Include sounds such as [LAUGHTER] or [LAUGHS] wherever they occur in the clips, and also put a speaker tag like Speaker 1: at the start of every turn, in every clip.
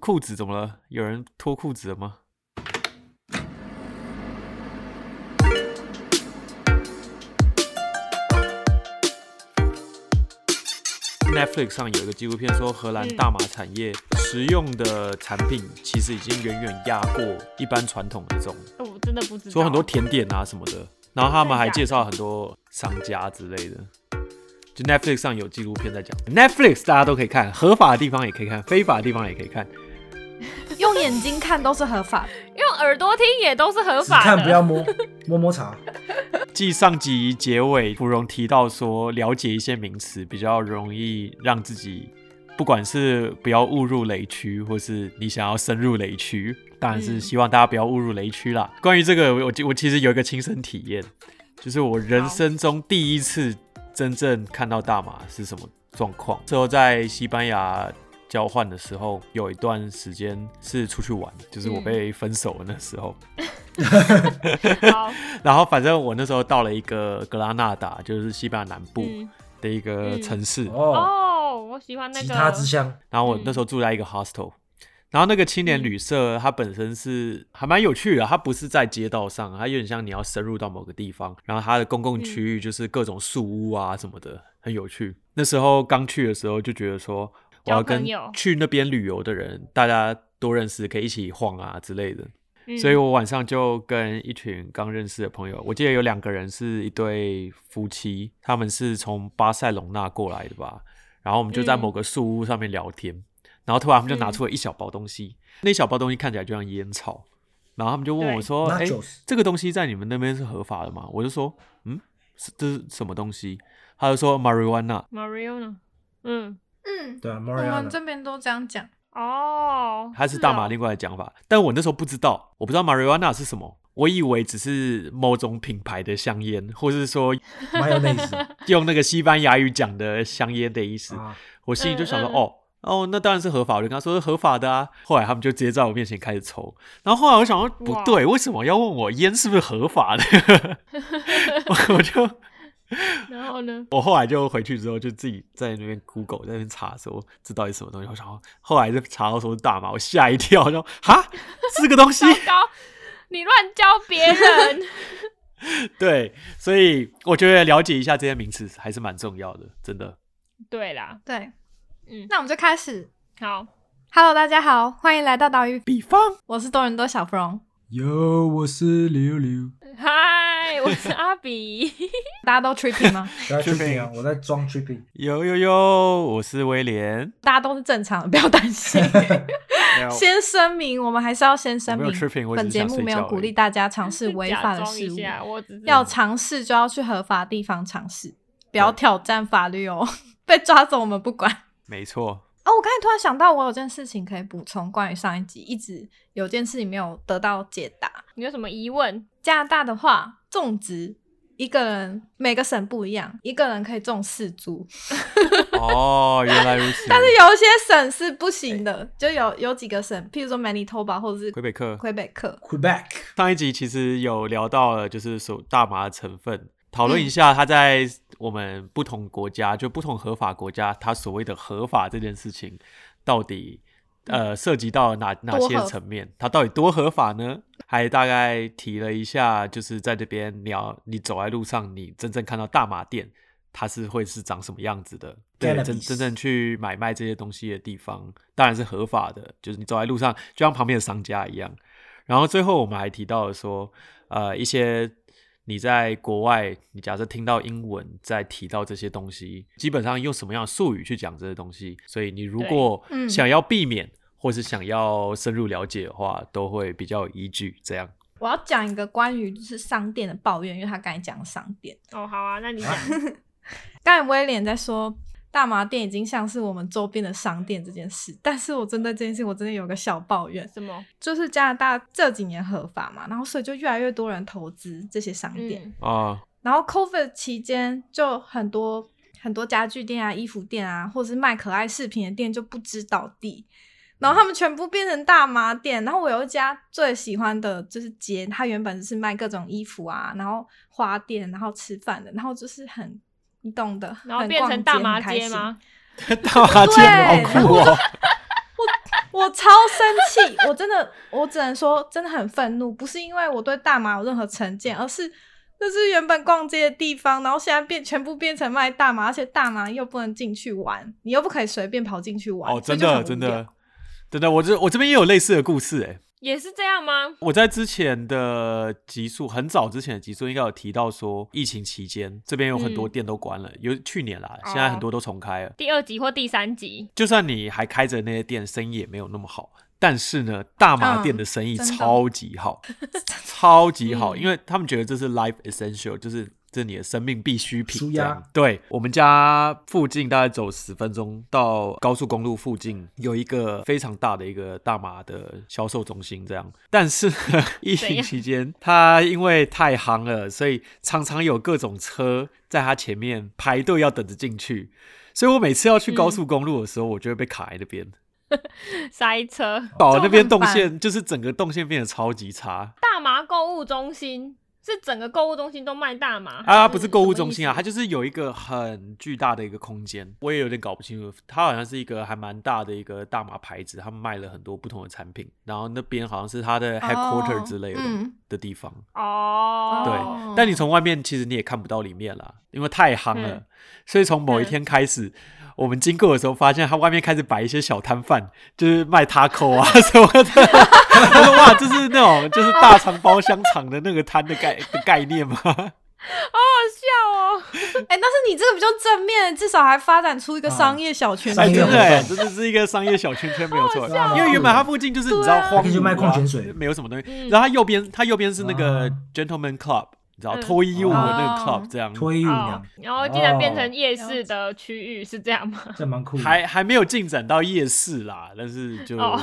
Speaker 1: 裤子怎么了？有人脱裤子了吗？Netflix 上有一个纪录片说，荷兰大麻产业食用的产品其实已经远远压过一般传统的这种，
Speaker 2: 我真的不知道。
Speaker 1: 说很多甜点啊什么的，然后他们还介绍很多商家之类的。就 Netflix 上有纪录片在讲，Netflix 大家都可以看，合法的地方也可以看，非法的地方也可以看。
Speaker 3: 用眼睛看都是合法的，
Speaker 2: 用耳朵听也都是合
Speaker 4: 只
Speaker 2: 法的。
Speaker 4: 看不要摸， [LAUGHS] 摸摸茶。
Speaker 1: 继上集结尾，芙蓉提到说，了解一些名词比较容易让自己，不管是不要误入雷区，或是你想要深入雷区，当然是希望大家不要误入雷区啦。关于这个，我我其实有一个亲身体验，就是我人生中第一次真正看到大麻是什么状况。之后在西班牙交换的时候，有一段时间是出去玩，就是我被分手的那时候。
Speaker 2: 好，
Speaker 1: 然后反正我那时候到了一个格拉纳达，就是西班牙南部
Speaker 2: 嗯，
Speaker 1: 的一个城市，
Speaker 4: 哦，
Speaker 2: 哦，我喜欢那
Speaker 4: 吉
Speaker 2: 个
Speaker 4: 他之乡，
Speaker 1: 然后我那时候住在一个 hostel。然后那个青
Speaker 2: 嗯
Speaker 1: 年旅社，它本身是还蛮有趣的，它不是在街道上，它有点像你要深入到某个地方。然后它的公共区域就是各种树屋啊什么的，很有趣。那时候刚去的时候就觉得说，我要
Speaker 2: 交朋
Speaker 1: 跟
Speaker 2: 友
Speaker 1: 去那边旅游的人，大家多认识，可以一起晃啊之类的。
Speaker 2: 嗯
Speaker 1: 所以我晚上就跟一群刚认识的朋友，我记得有两个人是一对夫妻，他们是从巴塞隆纳过来的吧，然后我们就在
Speaker 2: 嗯
Speaker 1: 某个树屋上面聊天，然后突然他们就拿出了一小包东西，那小包东西看起来就像烟草，然后他们就问我
Speaker 2: 对
Speaker 1: 说：“哎、
Speaker 4: Nachos
Speaker 1: 这个东西在你们那边是合法的吗？”我就说：“嗯，是这是什么东西？”他就说：“marijuana。
Speaker 2: Mariona，嗯，
Speaker 3: 嗯，
Speaker 4: 对啊
Speaker 3: 我们这
Speaker 4: ，Mariana，
Speaker 3: 边都这样讲，
Speaker 2: 哦，”
Speaker 1: 它是大麻
Speaker 2: 哦
Speaker 1: 另外的讲法，但我那时候不知道，我不知道 marijuana 是什么，我以为只是某种品牌的香烟，或是说
Speaker 4: 蛮有意思
Speaker 1: 用那个西班牙语讲的香烟的意思，
Speaker 4: 啊。
Speaker 1: 我心里就想说，
Speaker 2: 嗯嗯
Speaker 1: 哦哦，那当然是合法，我就跟他说是合法的啊。后来他们就直接在我面前开始抽，然后后来我想说不
Speaker 2: 哇
Speaker 1: 对，为什么要问我烟是不是合法
Speaker 2: [LAUGHS]
Speaker 1: 的？我我就
Speaker 2: 然后呢？
Speaker 1: 我后来就回去之后就自己在那边 Google 在那边查说这到底什么东西，我想说后来就查到说是大麻，我吓一跳，我说哈是这个东西
Speaker 2: 糟。糕，你乱教别
Speaker 3: [LAUGHS]
Speaker 2: 人，
Speaker 1: 对，所以我觉得了解一下这些名词还是蛮重要的，真的。
Speaker 2: 对啦，
Speaker 3: 对，
Speaker 2: 嗯
Speaker 3: 那我们就开始。
Speaker 2: 好，
Speaker 3: Hello，大家好，欢迎来到岛屿，
Speaker 1: 比方，
Speaker 3: 我是多伦多小芙蓉。
Speaker 4: 哟，我是溜溜，
Speaker 2: 嗨，我是阿比，
Speaker 3: 大家都 trippy [LAUGHS] 吗？
Speaker 4: 在 tripping 啊，我在装 tripping。
Speaker 1: 有有有，我是威廉。
Speaker 3: 大家都是正常的，不要担 [LAUGHS] 心。先声明，我们还是要先声
Speaker 1: 我
Speaker 3: 明
Speaker 1: 没有 tripping，，我只
Speaker 3: 本
Speaker 1: 是
Speaker 3: 节
Speaker 1: 想
Speaker 3: 目没
Speaker 1: 睡
Speaker 3: 有
Speaker 1: 觉而已
Speaker 3: 鼓励大家尝试 [LAUGHS] 违法
Speaker 2: 假
Speaker 3: 的
Speaker 2: 装
Speaker 3: 事
Speaker 2: 一
Speaker 3: 物，
Speaker 2: 下，我只是
Speaker 3: 要尝试就要去合法地方尝试，不要挑战法律哦。 [LAUGHS] 被抓走我们不管。
Speaker 1: 没错，
Speaker 3: 哦，我刚才突然想到，我有件事情可以补充，关于上一集一直有件事情没有得到解答。
Speaker 2: 你有什么疑问？
Speaker 3: 加拿大的话，种植一个人每个省不一样，一个人可以种四株，
Speaker 1: 哦，原来如此。
Speaker 3: [LAUGHS] 但是有一些省是不行的，就有有几个省，譬如说 Manitoba 或者是
Speaker 1: 魁北克
Speaker 3: 魁北克，
Speaker 4: Quebec，
Speaker 1: [LAUGHS] 上一集其实有聊到了，就是所大麻的成分，讨
Speaker 3: 嗯
Speaker 1: 论一下它在我们不同国家，就不同合法国家，它所谓的合法这件事情，到底呃涉及到哪哪
Speaker 3: 多
Speaker 1: 些
Speaker 3: 合
Speaker 1: 层面？它到底多合法呢？还大概提了一下，就是在这边你要你走在路上，你真正看到大麻店，它是会是长什么样子的？对，真
Speaker 4: Cannabis
Speaker 1: 真正去买卖这些东西的地方，当然是合法的，就是你走在路上，就像旁边的商家一样。然后最后我们还提到了说，呃，一些你在国外，你假设听到英文在提到这些东西，基本上用什么样的术语去讲这些东西，所以你如果
Speaker 3: 对嗯
Speaker 1: 想要避免、或是想要深入了解的话，都会比较有依据。这样，
Speaker 3: 我要讲一个关于就是商店的抱怨，因为他刚才讲商店，
Speaker 2: 哦，好啊，那你讲，
Speaker 3: 刚才威廉在说大麻店已经像是我们周边的商店这件事，但是我针对这件事，我真的有个小抱怨，
Speaker 2: 什
Speaker 3: [LAUGHS]
Speaker 2: 么？
Speaker 3: 就是加拿大这几年合法嘛，然后所以就越来越多人投资这些商店，
Speaker 2: 嗯
Speaker 1: 啊、
Speaker 3: 然后 COVID 期间就很多很多家具店啊、衣服店啊，或者是卖可爱饰品的店就不知倒地，然后他们全部变成大麻店。然后我有一家最喜欢的就是街，它原本是卖各种衣服啊，然后花店，然后吃饭的，然后就是很你懂的，
Speaker 2: 然后
Speaker 3: 很
Speaker 2: 变
Speaker 3: 逛
Speaker 2: 成
Speaker 3: 街
Speaker 2: 大麻
Speaker 3: 很开
Speaker 2: 街
Speaker 3: 心
Speaker 2: 吗？
Speaker 1: 大麻街
Speaker 3: 对
Speaker 1: 好酷哦！
Speaker 3: 我我超生气，我真的，我只能说真的很愤怒，不是因为我对大麻有任何成见，而是那是原本逛街的地方，然后现在变全部变成卖大麻，而且大麻又不能进去玩，你又不可以随便跑进去玩，
Speaker 1: 哦，
Speaker 3: 所以
Speaker 1: 真
Speaker 3: 就很
Speaker 1: 的
Speaker 3: 无
Speaker 1: 真
Speaker 3: 聊
Speaker 1: 的。真的，我这我这边也有类似的故事哎、
Speaker 2: 也是这样吗？
Speaker 1: 我在之前的集数，很早之前的集数应该有提到说，疫情期间这边有很多
Speaker 2: 嗯
Speaker 1: 店都关了，有去年啦，现
Speaker 3: 哦
Speaker 1: 在很多都重开了。
Speaker 2: 第二集或第三集，
Speaker 1: 就算你还开着那些店，生意也没有那么好。但是呢，大麻店的生意
Speaker 3: 嗯真的
Speaker 1: 超级
Speaker 3: [LAUGHS]
Speaker 1: 好，超级好，
Speaker 2: 嗯
Speaker 1: 因为他们觉得这是 life essential，就是这是你的生命必需
Speaker 4: 舒
Speaker 1: 品。
Speaker 4: 压
Speaker 1: 这样对我们家附近大概走十分钟到高速公路附近有一个非常大的一个大麻的销售中心，这样。但是
Speaker 3: [LAUGHS]
Speaker 1: 呢，疫
Speaker 2: 怎
Speaker 1: 情
Speaker 2: 样
Speaker 1: 期间，它因为太夯了，所以常常有各种车在它前面排队要等着进去。所以我每次要去高速公路的时候，我就会被卡在那边，
Speaker 2: 塞车，
Speaker 1: 搞那边
Speaker 3: 这种
Speaker 1: 动
Speaker 3: 很
Speaker 1: 线就是整个动线变得超级差
Speaker 2: 大麻购物中心是整个购物中心都卖大麻
Speaker 1: 啊！不是购物中心啊，它
Speaker 2: 就
Speaker 1: 就是有一个很巨大的一个空间，我也有点搞不清楚，它好像是一个还蛮大的一个大麻牌子，他们卖了很多不同的产品，然后那边好像是它的 headquarter 之类的、
Speaker 3: 嗯
Speaker 1: 的地方。
Speaker 2: 哦，
Speaker 1: 对，但你从外面其实你也看不到里面啦，因为太夯了。
Speaker 2: 嗯
Speaker 1: 所以从某一
Speaker 2: 嗯
Speaker 1: 天开始，我们经过的时候发现，它外面开始摆一些小摊贩，就是卖 taco 啊
Speaker 2: [LAUGHS]
Speaker 1: 什么的。我说哇，这是那种就是大肠包香肠的那个摊的
Speaker 2: [LAUGHS]
Speaker 1: 概的概念吗？
Speaker 2: 好好笑哦，
Speaker 3: 哎、但是你这个比较正面，至少还发展
Speaker 1: 嗯
Speaker 3: 出一个商业小圈子。
Speaker 4: 商
Speaker 1: 哎，
Speaker 4: 业
Speaker 1: 真
Speaker 4: 活
Speaker 1: 的
Speaker 4: 动
Speaker 1: 哎，真的是一个商业小圈圈，没有错。
Speaker 4: 笑
Speaker 1: 因为原本它附近就是你知道
Speaker 3: 对啊
Speaker 1: 荒
Speaker 4: 可以去
Speaker 1: 芜
Speaker 4: 卖
Speaker 1: 啊
Speaker 4: 矿泉水
Speaker 1: 没有什么东西。
Speaker 2: 嗯
Speaker 1: 然后它右边，它右边是那个
Speaker 4: 啊
Speaker 1: gentleman club，你知道
Speaker 2: 嗯
Speaker 1: 脱衣舞的那个
Speaker 3: 哦
Speaker 1: club 这样。
Speaker 4: 脱衣舞
Speaker 2: 哦
Speaker 4: 娘，，
Speaker 2: 然后竟然变
Speaker 4: 哦
Speaker 2: 成夜市的区域，是这样吗？
Speaker 4: 这蛮酷的。
Speaker 1: 还还没有进展到夜市啦，但是就
Speaker 2: 哦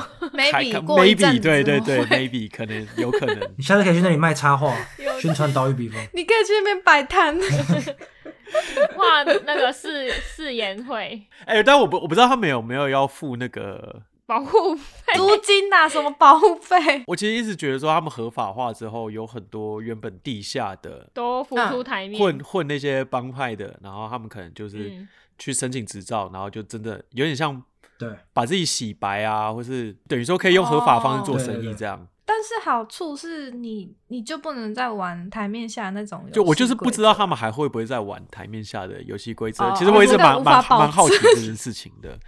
Speaker 1: 还
Speaker 3: Maybe，
Speaker 1: 可
Speaker 3: 过一阵
Speaker 1: maybe
Speaker 3: 子
Speaker 1: 对对
Speaker 3: 我
Speaker 1: 对
Speaker 3: 会
Speaker 1: ，maybe 可能有可能 [LAUGHS]
Speaker 4: 你下次可以去那里卖插画，宣传岛屿笔锋。
Speaker 3: 你可以去那边摆
Speaker 1: [LAUGHS]
Speaker 3: 摊，哦
Speaker 2: [LAUGHS] 哇，那个誓誓言会
Speaker 1: 哎、但我不我不知道他们有没有要付那个。
Speaker 2: 保护费，
Speaker 3: 租金呐、什么保护费，
Speaker 1: 我其实一直觉得说他们合法化之后，有很多原本地下的
Speaker 2: 都浮出台面，
Speaker 1: 混混那些帮派的，然后他们可能就是
Speaker 2: 嗯
Speaker 1: 去申请执照，然后就真的有点像
Speaker 4: 对，
Speaker 1: 把自己洗白啊，或是等于说可以用合法方式做
Speaker 4: 哦
Speaker 1: 生
Speaker 4: 对对
Speaker 1: 意
Speaker 4: 对
Speaker 1: 这样。
Speaker 3: 但是好处是你你就不能再玩台面下那种游戏
Speaker 1: 就我就是不知道他
Speaker 3: 们
Speaker 1: 们还会不会再玩台面下的游戏规则。
Speaker 3: 哦
Speaker 1: 其实我一直
Speaker 3: 这个
Speaker 1: 蛮
Speaker 3: 无
Speaker 1: 蛮
Speaker 3: 法保
Speaker 1: 蛮好奇
Speaker 3: 证
Speaker 1: 这件事情的。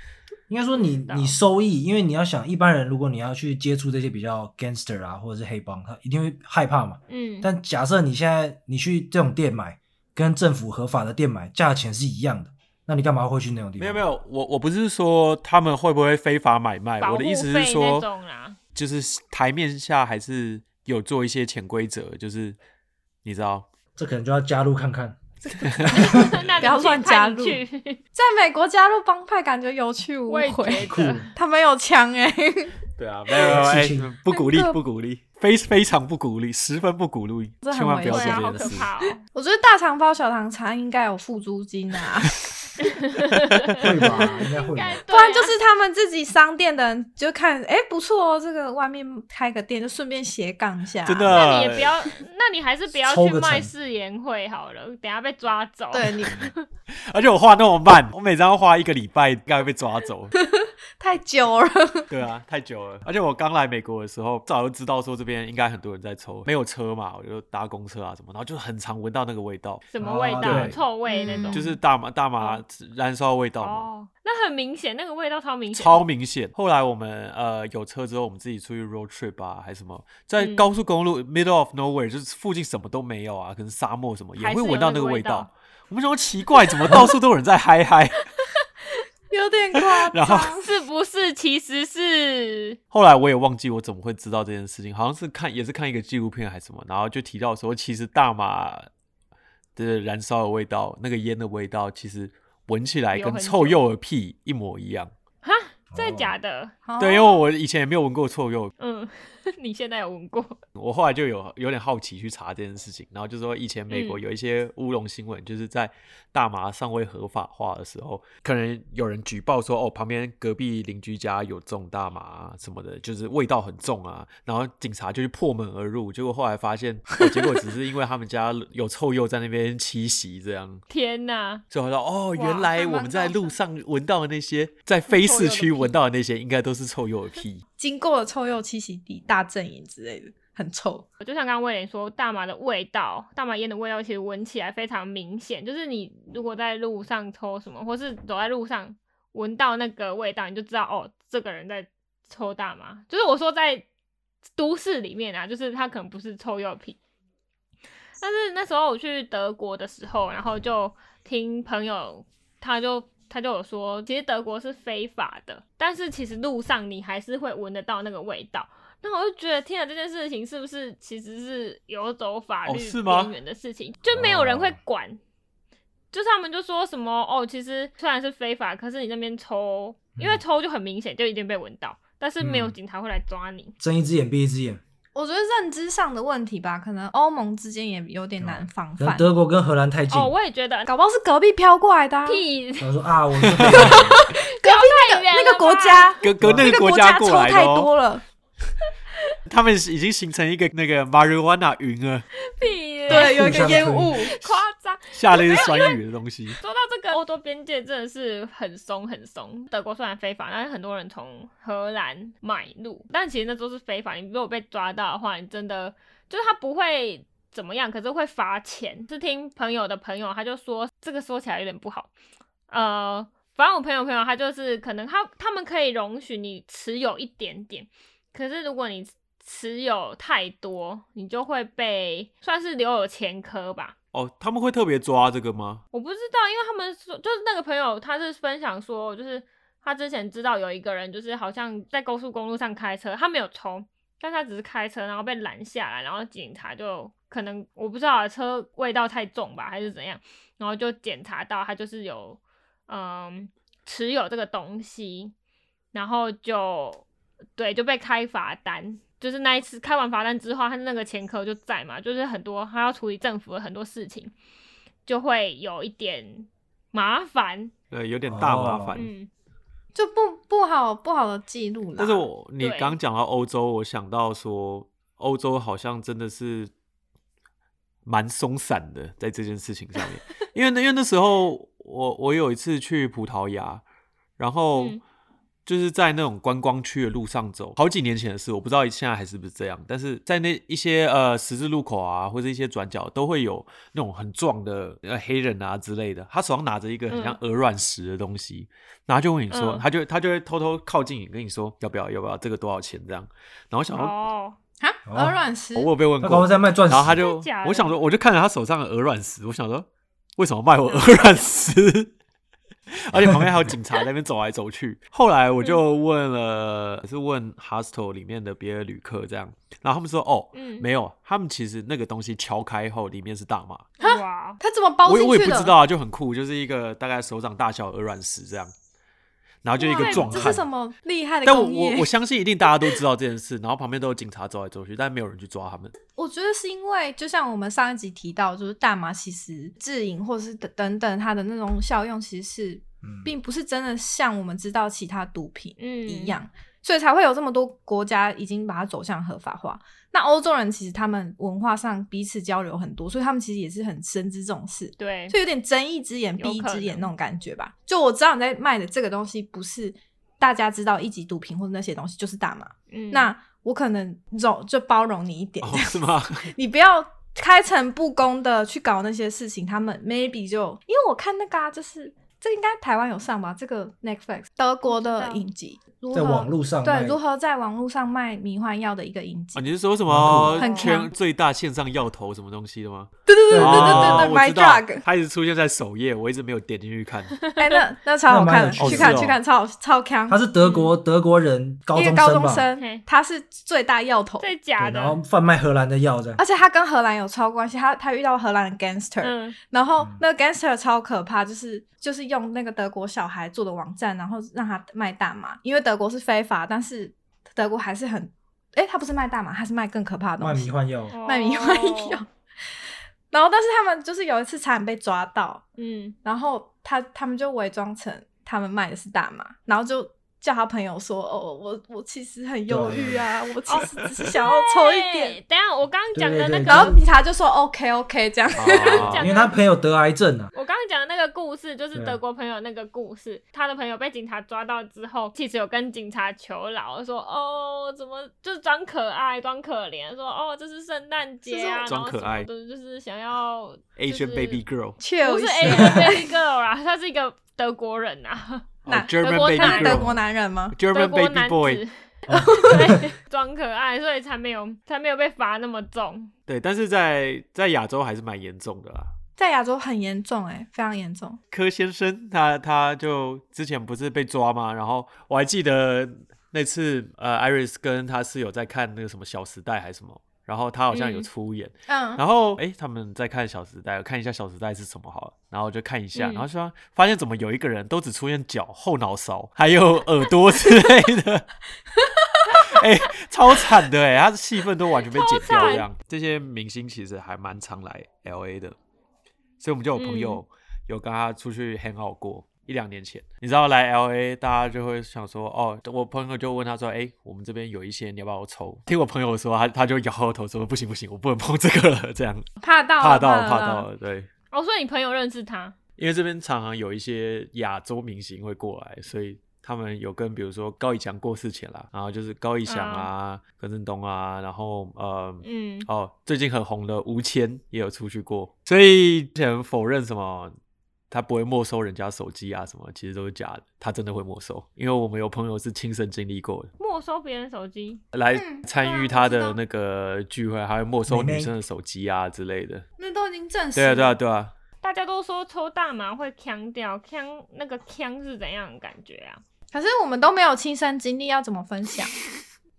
Speaker 4: 应该说你
Speaker 2: 道
Speaker 4: 你收益，因为你要想一般人，如果你要去接触这些比较 gangster 啊，或者是黑帮，他一定会害怕嘛。
Speaker 2: 嗯，
Speaker 4: 但假设你现在你去这种店买，跟政府合法的店买，价钱是一样的，那你干嘛会去那种地
Speaker 1: 没
Speaker 4: 方？
Speaker 1: 有没，有，我我不是说他们会不会非法买卖，
Speaker 2: 保
Speaker 1: 我
Speaker 2: 护
Speaker 1: 的
Speaker 2: 费
Speaker 1: 意思是
Speaker 2: 那
Speaker 1: 说，
Speaker 2: 种啊啦，
Speaker 1: 就是台面下还是有做一些潜规则，就是你知道，
Speaker 4: 这可能就要加入看看。
Speaker 2: [LAUGHS] 那
Speaker 3: 不要
Speaker 2: 你
Speaker 3: 乱
Speaker 2: 去派
Speaker 3: 加
Speaker 2: 你
Speaker 3: 入
Speaker 2: 去
Speaker 3: 在美国加入帮派，感觉有去无
Speaker 2: 我也
Speaker 3: 回。
Speaker 2: 觉
Speaker 4: 酷
Speaker 2: 得。
Speaker 3: 他们有枪哎、
Speaker 1: 对啊，没有没有，
Speaker 4: 事
Speaker 1: 哎
Speaker 4: 情
Speaker 1: 不鼓励
Speaker 3: 很可
Speaker 1: 不鼓励，非非常不鼓励，十分不鼓励，
Speaker 3: 这很
Speaker 1: 千万不
Speaker 3: 危
Speaker 1: 要
Speaker 2: 对
Speaker 1: 做
Speaker 3: 险
Speaker 2: 啊，好
Speaker 1: 这
Speaker 2: 可
Speaker 1: 件事。
Speaker 2: 怕哦！
Speaker 3: [LAUGHS] 我觉得大肠包小肠肠应该有付租金 [LAUGHS] 啊，
Speaker 4: 会吧，应该会
Speaker 2: 应
Speaker 4: 吧。
Speaker 2: 该啊
Speaker 3: 不 [LAUGHS] 然就是他们自己商店的人就看，哎、不错哦，这个外面开个店就顺便斜杠一下，
Speaker 1: 真
Speaker 2: 那
Speaker 1: 的，
Speaker 2: 你也不要，那你还是不要
Speaker 4: 抽
Speaker 2: 去
Speaker 4: 个
Speaker 2: 卖
Speaker 4: 成
Speaker 2: 誓言会好了，等下被抓走。
Speaker 3: 对你
Speaker 1: 而且我画那么慢，我每张要画一个礼拜，应该会被抓
Speaker 2: [LAUGHS]
Speaker 1: 走。
Speaker 3: 太久了，
Speaker 1: 对啊，太久了。而且我刚来美国的时候，早就知道说这边应该很多人在抽，没有车嘛，我就搭公车啊什么，然后就很常闻到那个味道，
Speaker 2: 什么味
Speaker 4: 啊
Speaker 2: 道？
Speaker 4: 对
Speaker 2: 臭味那种。
Speaker 3: 嗯
Speaker 1: 就是大麻大麻燃烧的味道嘛。
Speaker 2: 哦，那很明显，那个味道超明显。
Speaker 1: 超明显。后来我们呃有车之后，我们自己出去 road trip 啊，还是什么，在
Speaker 2: 嗯
Speaker 1: 高速公路、middle of nowhere，就是附近什么都没有啊，可能沙漠什么也
Speaker 2: 还是
Speaker 1: 会
Speaker 2: 有
Speaker 1: 闻到
Speaker 2: 那
Speaker 1: 那个
Speaker 2: 个味
Speaker 1: 味道。
Speaker 2: 道
Speaker 1: 我们想说奇怪，怎么 [LAUGHS] 到处都有人在嗨嗨？
Speaker 3: 有
Speaker 1: [LAUGHS]
Speaker 3: 点夸
Speaker 1: 然
Speaker 2: [LAUGHS]
Speaker 1: 后
Speaker 3: 张。
Speaker 2: 是不是？其实是
Speaker 1: 后来我也忘记我怎么会知道这件事情，好像是看也是看一个纪录片还是什么，然后就提到说，其实大麻的燃烧的味道，那个烟的味道，其实闻起来
Speaker 2: 有
Speaker 1: 跟
Speaker 2: 很久
Speaker 1: 臭鼬的屁一模一样。
Speaker 2: 真的假的？哦
Speaker 1: 对，因为我以前也没有闻过臭鼬，
Speaker 2: 嗯， [LAUGHS] 你现在有闻过？
Speaker 1: 我后来就有有点好奇去查这件事情，然后就说以前美国
Speaker 2: 嗯
Speaker 1: 有一些乌龙新闻，就是在大麻尚未合法化的时候，可能有人举报说哦，旁边隔壁邻居家有种大麻啊什么的，就是味道很重啊，然后警察就去破门而入，结果后来发现，哦、结果只是因为他们家有臭鼬在那边栖息这样。
Speaker 2: 天哪！
Speaker 1: 所以我说，哦，
Speaker 3: 哇
Speaker 1: 原来
Speaker 3: 还蛮
Speaker 1: 我们在
Speaker 3: 高
Speaker 1: 路
Speaker 3: 的
Speaker 1: 上闻到的那些，在非市
Speaker 2: 臭鼬
Speaker 1: 区
Speaker 2: 的屁
Speaker 1: 闻到的那些，应该都是臭鼬的屁。
Speaker 3: 经过了臭鼬栖息地、大阵营之类的，很臭。
Speaker 2: 就像刚刚威廉说，大麻的味道，大麻烟的味道其实闻起来非常明显。就是你如果在路上抽什么，或是走在路上闻到那个味道，你就知道哦，这个人在抽大麻。就是我说在都市里面啊，就是他可能不是抽药品，但是那时候我去德国的时候，然后就听朋友，他就他就有说，其实德国是非法的，但是其实路上你还是会闻得到那个味道。那我就觉得，天啊，这件事情是不是其实是游走法
Speaker 1: 哦
Speaker 2: 律
Speaker 1: 是吗
Speaker 2: 边缘的事情，就没有人会
Speaker 1: 哦
Speaker 2: 管。就是他们就说什么哦，其实虽然是非法，可是你那边抽，因为
Speaker 4: 嗯
Speaker 2: 抽就很明显，就一定被闻到，但是没有
Speaker 4: 嗯
Speaker 2: 警察会来抓你。
Speaker 4: 睁一只眼闭一只眼。
Speaker 3: 我觉得认知上的问题吧，可能欧盟之间也有点
Speaker 1: 啊
Speaker 3: 难防
Speaker 4: 可能
Speaker 3: 范。
Speaker 4: 德国跟荷兰太
Speaker 3: 嗯
Speaker 4: 近，
Speaker 2: 哦，我也觉得
Speaker 3: 搞不好是隔壁飘过来的、啊，
Speaker 2: 屁，
Speaker 4: 然后说啊，我是
Speaker 1: [LAUGHS]
Speaker 4: 荷兰
Speaker 3: 隔壁那
Speaker 2: 太远了吧
Speaker 3: 个那个国家，
Speaker 1: 隔隔那
Speaker 3: 那
Speaker 1: 个
Speaker 3: 个
Speaker 1: [LAUGHS] 国
Speaker 3: 家
Speaker 1: 家过
Speaker 3: 抽
Speaker 1: 来的、
Speaker 3: 太
Speaker 1: 哦，
Speaker 3: 多了。
Speaker 1: 他们已经形成一个那个 marijuana 云啊了，
Speaker 2: 屁耶
Speaker 3: 对，有一个
Speaker 4: 互相
Speaker 3: 烟
Speaker 4: 推
Speaker 3: 雾，
Speaker 2: 夸张。
Speaker 1: 下列是酸雨的东西。
Speaker 2: 说到这个，欧洲边界真的是很松很松。德国虽然非法，但是很多人从荷兰买入，但其实那都是非法。你如果被抓到的话，你真的就是他不会怎么样，可是会罚钱。是听朋友的朋友，他就说这个说起来有点不好，呃。反正我朋友朋友，他就是可能他他们可以容许你持有一点点，可是如果你持有太多，你就会被算是留有前科吧。
Speaker 1: 哦，他们会特别抓这个吗？
Speaker 2: 我不知道，因为他们说就是那个朋友，他是分享说，就是他之前知道有一个人，就是好像在高速公路上开车，他没有抽，但他只是开车，然后被拦下来，然后警察就可能我不知道啊，车味道太重吧，还是怎样，然后就检查到他就是有嗯持有这个东西，然后就对就被开罚单。就是那一次开完罚单之后，他那个前科就在嘛，就是很多他要处理政府的很多事情，就会有一点麻烦。
Speaker 1: 对，有点大麻
Speaker 4: 哦
Speaker 1: 烦。
Speaker 2: 嗯，
Speaker 3: 就不不好不好的记录了。
Speaker 1: 但是我你
Speaker 2: 对
Speaker 1: 刚讲到欧洲，我想到说欧洲好像真的是蛮松散的，在这件事情上面，因为那因为那时候我我有一次去葡萄牙，然后
Speaker 2: 嗯
Speaker 1: 就是在那种观光区的路上走，好几年前的事，我不知道现在还是不是这样，但是在那一些呃十字路口啊，或者一些转角，都会有那种很壮的呃黑人啊之类的，他手上拿着一个很像鹅卵石的东西，然后就问你说，
Speaker 2: 嗯
Speaker 1: 他就他就会偷偷靠近你，跟你说要不要要不要这个多少钱这样，然后想说、
Speaker 2: 哦，
Speaker 3: 啊，
Speaker 4: 哦
Speaker 3: 鹅卵石
Speaker 1: 我，有被问
Speaker 4: 他搞不好
Speaker 1: 过，
Speaker 4: 在卖钻石。
Speaker 1: 然后他就
Speaker 2: 真的假的
Speaker 1: 我想说，我就看着他手上的鹅卵石，我想说为什么卖我鹅卵石？ [LAUGHS] 而且旁边还有警察在那边走来走去。后来我就
Speaker 2: 嗯
Speaker 1: 问了，是问 hostel 里面的别的旅客这样，然后他们说哦，
Speaker 2: 嗯
Speaker 1: 没有，他们其实那个东西敲开后里面是大麻，
Speaker 2: 哦哇，
Speaker 3: 它怎么包
Speaker 1: 我
Speaker 3: 进
Speaker 1: 也
Speaker 3: 去的？
Speaker 1: 我也不知道啊，就很酷，就是一个大概手掌大小的鹅卵石这样，然后就一个
Speaker 3: 哇
Speaker 1: 壮
Speaker 3: 这
Speaker 1: 汉
Speaker 3: 是。什么厉害的
Speaker 1: 但我
Speaker 3: 工业？
Speaker 1: 我我相信一定大家都知道这件事，然后旁边都有警察走来走去，但没有人去抓他们。
Speaker 3: [LAUGHS] 我觉得是因为，就像我们上一集提到，就是大麻其实制瘾或是等等等它的那种效用，其实是
Speaker 4: 嗯
Speaker 3: 并不是真的像我们知道其他毒品
Speaker 2: 嗯，
Speaker 3: 一样，所以才会有这么多国家已经把它走向合法化。那欧洲人其实他们文化上彼此交流很多，所以他们其实也是很深知这种事，
Speaker 2: 对，
Speaker 3: 就有点睁一只眼
Speaker 2: 有
Speaker 3: 闭一
Speaker 2: 可
Speaker 3: 只眼
Speaker 2: 能
Speaker 3: 那种感觉吧。就我知道你在卖的这个东西不是大家知道一级毒品或者那些东西，就是大麻。
Speaker 2: 嗯
Speaker 3: 那我可能容就包容你一点，
Speaker 1: 哦，是
Speaker 3: [LAUGHS]
Speaker 1: 吗？
Speaker 3: 你不要开诚布公的去搞那些事情，他们 maybe 就因为我看那个啊，就是这应该台湾有上吧？这个 Netflix 德国的影集，如
Speaker 4: 在网
Speaker 3: 何
Speaker 4: 络上卖
Speaker 3: 对如何在网络上卖迷幻药的一个影集
Speaker 1: 啊，，你是说什
Speaker 4: 蛮
Speaker 1: 么
Speaker 3: 酷的很
Speaker 1: 全
Speaker 3: 强
Speaker 1: 最大线上药头什么东西的吗？
Speaker 3: 对对对对
Speaker 1: 哦
Speaker 3: 对对对
Speaker 1: 我
Speaker 3: ，My
Speaker 1: 知道
Speaker 3: Drug，
Speaker 1: 它一直出现在首页，我一直没有点进去
Speaker 3: [LAUGHS]
Speaker 1: 看。
Speaker 3: 哎，那那超好看的，
Speaker 4: 那蛮有
Speaker 3: 去
Speaker 4: 趣的
Speaker 3: 看
Speaker 1: 哦
Speaker 3: 去看，超好超强
Speaker 4: 他，是德国德国人高
Speaker 3: 一个
Speaker 4: 中
Speaker 3: 嗯高
Speaker 4: 生
Speaker 3: 中
Speaker 4: 吧，
Speaker 3: 生
Speaker 2: 嘿，
Speaker 3: 他是最大药头。
Speaker 2: 这
Speaker 4: 对
Speaker 2: 假的
Speaker 4: 然，后贩卖荷兰的药这样
Speaker 3: 而。且他跟荷兰有超关系，他他遇到荷兰的 gangster，、
Speaker 2: 嗯，
Speaker 3: 然后那个 gangster 超可怕，就是就是用那个德国小孩做的网站，然后让他卖大麻，因为德国是非法，但是德国还是很哎、他不是卖大麻，他是卖更可怕的
Speaker 4: 卖
Speaker 3: 东
Speaker 4: 迷
Speaker 3: 西，哦
Speaker 4: 幻药，
Speaker 3: 卖
Speaker 2: 哦
Speaker 3: 迷幻药。然后，但是他们就是有一次差点被抓到，
Speaker 2: 嗯，
Speaker 3: 然后他他们就伪装成他们卖的是大麻，然后就叫他朋友说：“哦，我我其实很忧郁啊，
Speaker 1: [LAUGHS]
Speaker 3: 我其实只是想要抽一点。
Speaker 2: 对。等一下，我刚刚讲的那
Speaker 4: 对对对
Speaker 2: 个，
Speaker 3: 然后警
Speaker 1: 嗯
Speaker 3: 察就说：“OK OK，这样。
Speaker 1: 啊
Speaker 2: 讲
Speaker 4: 因为他朋友得癌症啊，
Speaker 2: 我刚刚讲的那个故事，就是
Speaker 4: 对啊
Speaker 2: 德国朋友那个故事，他的朋友被警察抓到之后，其实有跟警察求饶，说哦，怎么就是装可爱、装可怜，说哦，这是圣诞节啊，
Speaker 1: 这是装可爱
Speaker 2: 然后什么的就是想要
Speaker 1: Asian baby
Speaker 2: 就是
Speaker 1: girl，哦
Speaker 3: 确
Speaker 2: 不是 Asian baby girl 啦，他是一个德国人啊，
Speaker 1: 哦
Speaker 3: 那
Speaker 1: German
Speaker 2: 德国
Speaker 1: baby
Speaker 2: 男
Speaker 3: 那德国
Speaker 1: girl，German
Speaker 3: 男人吗？
Speaker 2: 德国
Speaker 1: baby
Speaker 2: 男
Speaker 1: boy
Speaker 2: 子。。 [LAUGHS] 对，装可爱，所以才没有才没有被罚那么重。
Speaker 1: 对，但是在在亚洲还是蛮严重的啦。
Speaker 3: 在亚洲很严重、哎，非常严重。
Speaker 1: 柯先生他他就之前不是被抓吗？然后我还记得那次呃，Iris 跟他室友在看那个什么《小时代》还是什么，然后他好像有
Speaker 2: 嗯
Speaker 1: 出演，
Speaker 3: 嗯，
Speaker 1: 然后诶，他们在看《小时代》，看一下《小时代》是什么好了，然后就看一下，
Speaker 2: 嗯
Speaker 1: 然后说发现怎么有一个人都只出现脚、后脑勺，还有耳朵之类的， [LAUGHS] 哎、超惨的哎、他的戏份都完全被剪掉
Speaker 2: 超惨
Speaker 1: 这样。这些明星其实还蛮常来 L A 的，所以我们就有朋友有跟他出去 hang out 过。一两年前，你知道来 L A，大家就会想说，哦，我朋友就问他说，哎、我们这边有一些，你要不要抽？听我朋友说，他他就摇摇头说，不行不行，我不能碰这个了，这样
Speaker 3: 怕到了
Speaker 1: 啊怕到
Speaker 3: 到
Speaker 1: 了怕到了，对，
Speaker 2: 哦，所以你朋友认识他，
Speaker 1: 因为这边常常有一些亚洲明星会过来，所以他们有跟比如说高以翔过世前啦，然后就是高以翔
Speaker 3: 嗯
Speaker 1: 啊、柯震东啊，然后呃。
Speaker 2: 嗯，
Speaker 1: 哦，最近很红的吴谦也有出去过，所以之前否认什么他不会没收人家手机啊什么，其实都是假的，他真的会没收，因为我们有朋友是亲身经历过的，
Speaker 2: 没收别人手机，
Speaker 1: 来
Speaker 3: 嗯
Speaker 1: 参与
Speaker 3: 对啊
Speaker 1: 他
Speaker 3: 我知
Speaker 1: 的
Speaker 3: 道
Speaker 1: 那个聚会，还会没收
Speaker 4: 妹妹
Speaker 1: 女生的手机啊之类的。
Speaker 3: 那都已经证实
Speaker 1: 对啊，对啊，对啊，
Speaker 2: 大家都说抽大麻会呛掉，呛那个呛是怎样的感觉啊？
Speaker 3: 可是我们都没有亲身经历，要怎么分享？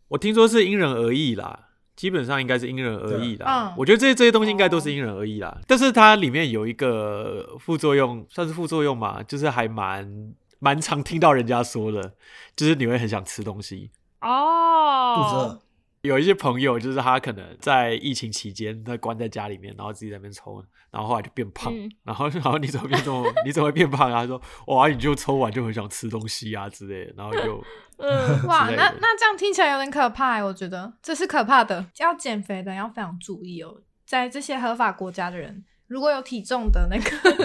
Speaker 1: 我听说是因人而异啦，基本上应该是因人而异啦
Speaker 3: 嗯。
Speaker 1: 我觉得这些这些东西应该都是因人而异啦。但是它里面有一个副作用，算是副作用嘛，就是还蛮蛮常听到人家说的，就是你会很想吃东西。
Speaker 2: 哦，
Speaker 4: 肚子饿，
Speaker 1: 有一些朋友就是他可能在疫情期间他关在家里面，然后自己在那边抽，然后后来就变胖，
Speaker 2: 嗯
Speaker 1: 然后然 [LAUGHS] 后你怎么变这么你怎么会变胖啊？他说哇，你就抽完就很想吃东西啊之类的，然后就
Speaker 4: [LAUGHS]
Speaker 2: 嗯，
Speaker 3: 哇，
Speaker 1: 之类的
Speaker 3: 那那这样听起来有点可怕、欸，我觉得这是可怕的。要减肥的人要非常注意哦，在这些合法国家的人，如果有体重的那个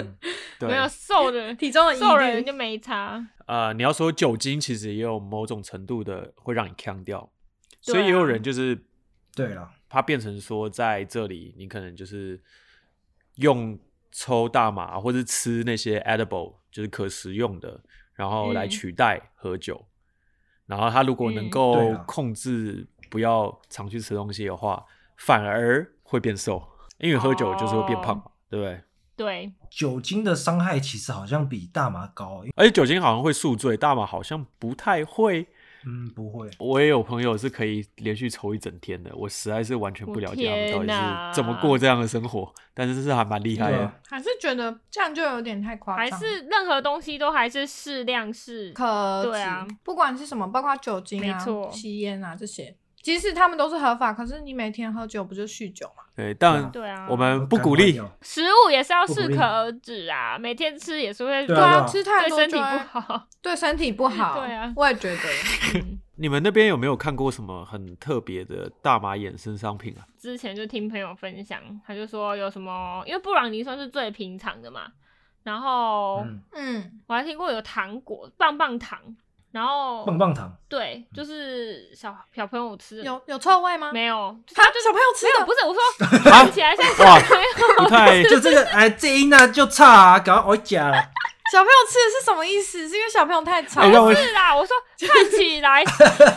Speaker 1: 对
Speaker 2: [LAUGHS] 没有瘦的
Speaker 3: [LAUGHS] 体重的疑
Speaker 2: 瘦的人
Speaker 3: 虑
Speaker 2: 就，没差，
Speaker 1: 呃，你要说酒精其实也有某种程度的会让你呛掉，
Speaker 2: 对啊
Speaker 1: 所以也有人就是
Speaker 4: 对了，
Speaker 1: 它变成说在这里你可能就是用抽大麻或是吃那些 edible 就是可食用的，然后来
Speaker 2: 嗯
Speaker 1: 取代喝酒。然后他如果能
Speaker 2: 嗯
Speaker 1: 够
Speaker 4: 对啊
Speaker 1: 控制不要常去吃东西的话，反而会变瘦，因为喝酒就是会变
Speaker 2: 哦
Speaker 1: 胖嘛，对不对？
Speaker 2: 对，
Speaker 4: 酒精的伤害其实好像比大麻高，
Speaker 1: 而且酒精好像会宿醉，大麻好像不太会。
Speaker 4: 嗯，不会，
Speaker 1: 我也有朋友是可以连续抽一整天的，我实在是完全不了解他
Speaker 2: 我
Speaker 1: 们
Speaker 2: 天
Speaker 1: 到
Speaker 2: 哪
Speaker 1: 底是怎么过这样的生活，但是是还蛮厉害
Speaker 4: 对
Speaker 1: 的
Speaker 4: 啊。
Speaker 3: 还是觉得这样就有点太夸
Speaker 2: 还
Speaker 3: 张，
Speaker 2: 是任何东西都还是适量适，
Speaker 3: 可
Speaker 2: 对啊
Speaker 3: 止不管是什么，包括酒精
Speaker 2: 没
Speaker 3: 啊
Speaker 2: 错、
Speaker 3: 吸烟啊这些，即使他们都是合法，可是你每天喝酒不就酗酒嘛？
Speaker 1: 对，但
Speaker 2: 对啊，
Speaker 1: 我们呃不鼓励
Speaker 4: 干坏掉
Speaker 2: 食物也是要
Speaker 4: 不鼓
Speaker 2: 适
Speaker 4: 励
Speaker 2: 可而止啊，每天吃也是会
Speaker 4: 对啊
Speaker 3: 啊，吃太
Speaker 2: 对
Speaker 3: 多
Speaker 2: 身体
Speaker 3: 就会
Speaker 2: 不好， [LAUGHS]
Speaker 3: 对身体不好。
Speaker 2: 对啊
Speaker 3: 我
Speaker 2: [LAUGHS]
Speaker 3: 也觉得。
Speaker 2: 嗯
Speaker 1: 你们那边有没有看过什么很特别的大麻衍生商品
Speaker 2: [LAUGHS]
Speaker 1: 啊？
Speaker 2: 之前就听朋友分享，他就说有什么，因为布朗尼算是最平常的嘛，然后、
Speaker 4: 嗯，
Speaker 3: 嗯，
Speaker 2: 我还听过有糖果棒棒糖，然后
Speaker 4: 棒嗯棒糖，
Speaker 2: 对，就是小小朋友吃的
Speaker 3: 有啊有臭味吗？
Speaker 2: 没有？
Speaker 3: 他小朋友吃
Speaker 2: 没有，
Speaker 3: 的
Speaker 2: 不是我
Speaker 4: [LAUGHS]
Speaker 2: 说
Speaker 4: 啊
Speaker 2: 看起来像小朋友，
Speaker 1: 不太
Speaker 4: 就这个，哎，这音呢就差啊，搞到我假了，
Speaker 3: 小朋友吃的是什么意思？是因为小朋友太吵
Speaker 1: 哎，让我
Speaker 2: 是啦，我说看起来